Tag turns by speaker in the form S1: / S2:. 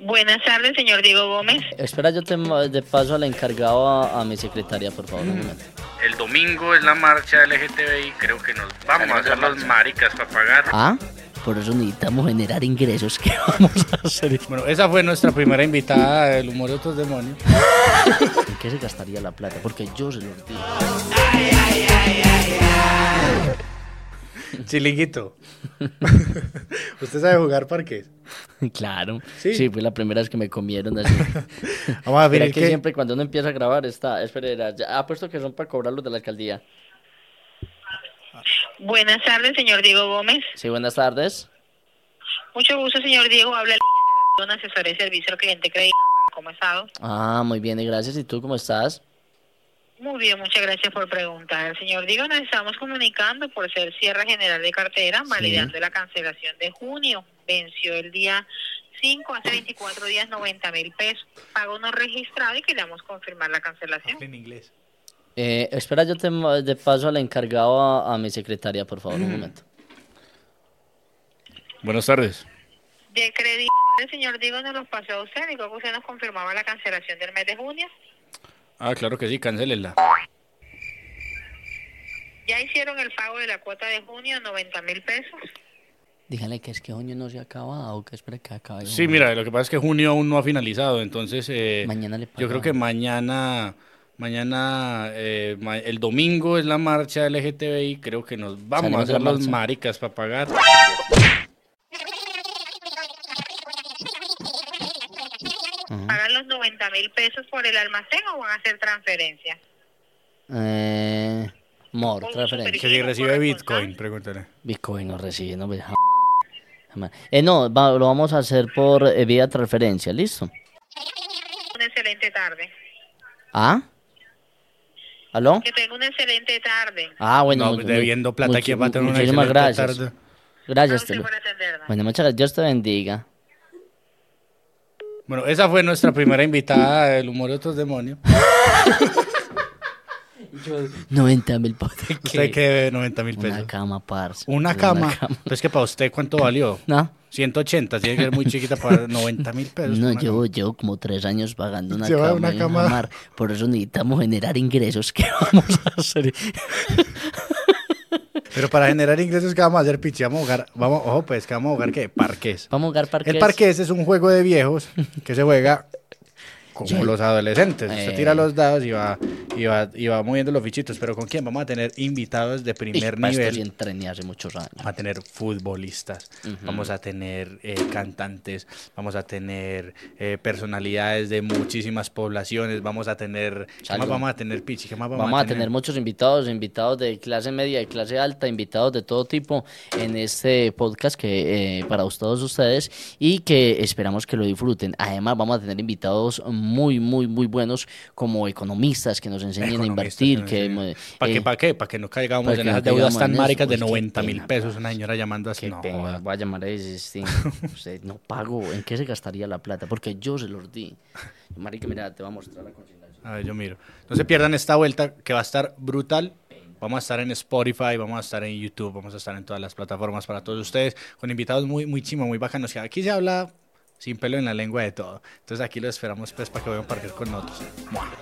S1: Buenas tardes, señor Diego Gómez.
S2: Espera, yo te, ma- de paso al encargado a, a mi secretaria, por favor.
S3: Mm.
S2: un momento.
S4: El domingo es la marcha LGTBI, creo que nos vamos a hacer los maricas para pagar.
S2: Ah, por eso necesitamos generar ingresos. ¿Qué vamos a hacer?
S3: Bueno, esa fue nuestra primera invitada del humor de otros demonios.
S2: ¿En qué se gastaría la plata? Porque yo se los digo.
S3: Chilinguito. ¿Usted sabe jugar parques?
S2: Claro.
S3: Sí.
S2: ¿Sí? fue la primera vez que me comieron así.
S3: Vamos a
S2: Mira
S3: ver
S2: que,
S3: que
S2: siempre cuando uno empieza a grabar está, espera, ya- apuesto que son para cobrar los de la alcaldía.
S1: Buenas tardes, señor Diego Gómez.
S2: Sí, buenas tardes.
S1: Mucho gusto, señor Diego. Habla el don asesor de servicio al cliente creído. ¿Cómo ha estado?
S2: Ah, muy bien, y gracias. ¿Y tú cómo estás?
S1: Muy bien, muchas gracias por preguntar. Señor Diego, nos estamos comunicando por ser cierre general de cartera, validando la cancelación de junio. Venció el día 5, hace 24 días, 90 mil pesos. Pago no registrado y queríamos confirmar la cancelación.
S3: En inglés.
S2: Eh, espera, yo te ma- de paso al encargado a, a mi secretaria, por favor,
S3: Mm.
S2: un momento.
S3: Buenas tardes.
S1: De crédito, el señor Diego nos los pasó a usted. Digo que usted nos confirmaba la cancelación del mes de junio.
S3: Ah, claro que sí, cancélela.
S1: Ya hicieron el pago de la cuota de junio, 90 mil pesos.
S2: Dígale que es que junio no se acaba o que espera que acabe.
S3: Sí, mira, lo que pasa es que junio aún no ha finalizado, entonces eh,
S2: Mañana le
S3: yo creo
S2: pagamos.
S3: que mañana, mañana, eh, ma- el domingo es la marcha LGTBI, creo que nos vamos
S2: Salimos
S3: a
S2: de la
S3: hacer los
S2: marcha.
S3: maricas para pagar.
S1: ¿Pagan los 90 mil pesos por el almacén o van a hacer transferencia?
S2: Eh, mor,
S1: Un
S2: transferencia.
S3: Que si recibe Bitcoin, pregúntale.
S2: Bitcoin no recibe, no, pues, jam- jamás. Eh, no, va- lo vamos a hacer por eh, vía transferencia, ¿listo?
S1: Una excelente tarde.
S2: ¿Ah? ¿Aló?
S1: Que tenga una excelente tarde.
S2: Ah, bueno.
S3: No, pues,
S2: muy-
S3: debiendo plata aquí
S2: muchi-
S3: va a tener una
S2: Muchísimas
S3: excelente
S2: gracias.
S3: tarde.
S2: Gracias.
S1: Gracias
S2: te lo-
S1: por atendernos.
S2: Bueno, muchas gracias. Dios te bendiga.
S3: Bueno, esa fue nuestra primera invitada del humor de otros demonios.
S2: 90 mil pesos.
S3: Usted que debe 90 mil pesos.
S2: Una cama, parce.
S3: Una cama. Pues que para usted, ¿cuánto valió?
S2: No,
S3: 180, tiene que ser muy chiquita para 90 mil pesos.
S2: no
S3: una
S2: llevo, llevo como tres años pagando una
S3: Lleva
S2: cama.
S3: una
S2: y un
S3: cama.
S2: jamar. Por eso necesitamos generar ingresos. ¿Qué vamos a hacer?
S3: cama. Pero para generar ingresos, ¿qué vamos a hacer, Pichi? Vamos a jugar, vamos, ojo, pues, ¿qué vamos a jugar? ¿Qué? Parques.
S2: Vamos a jugar parques.
S3: El parqués es un juego de viejos que se juega como
S2: Yo-
S3: los adolescentes.
S2: Eh.
S3: Usted tira los dados y va, y, va, y va moviendo los bichitos. Pero ¿con quién? Vamos a tener invitados de
S2: Y
S3: primer
S2: pa' esto
S3: nivel.
S2: sí entrené hace muchos años.
S3: Vamos a tener futbolistas, vamos a tener eh, cantantes, vamos a tener eh, personalidades de muchísimas poblaciones, vamos a tener... ¿Qué más
S2: Salud.
S3: vamos a tener, Pichi? ¿Qué más vamos,
S2: Vamos a tener muchos invitados, invitados de clase media, de clase alta, invitados de todo tipo en este podcast que eh, para todos ustedes y que esperamos que lo disfruten. Además, vamos a tener invitados muy, muy, muy buenos como economistas que nos enseñen a invertir, que, eh,
S3: ¿Para qué?
S2: eh,
S3: ¿Para qué? Para que no caigamos
S2: para
S3: en
S2: que no
S3: esas deudas
S2: caigamos
S3: tan
S2: en eso,
S3: maricas de
S2: pues, qué
S3: 90 mil
S2: pena,
S3: pesos, una señora llamando así.
S2: que
S3: No,
S2: tenga-
S3: joda.
S2: voy a llamar a ese, sí, usted, no pago, ¿en qué se gastaría la plata? Porque yo se los di. Marica, mira, te voy a mostrar la consignación.
S3: A ver, yo miro. No se pierdan esta vuelta que va a estar brutal. Vamos a estar en Spotify, vamos a estar en YouTube, vamos a estar en todas las plataformas para todos ustedes, con invitados muy, muy chimo, muy bacanos. que Aquí se habla sin pelo en la lengua de todo. Entonces aquí lo esperamos pues para que vayan a partir con nosotros. ¡Mua!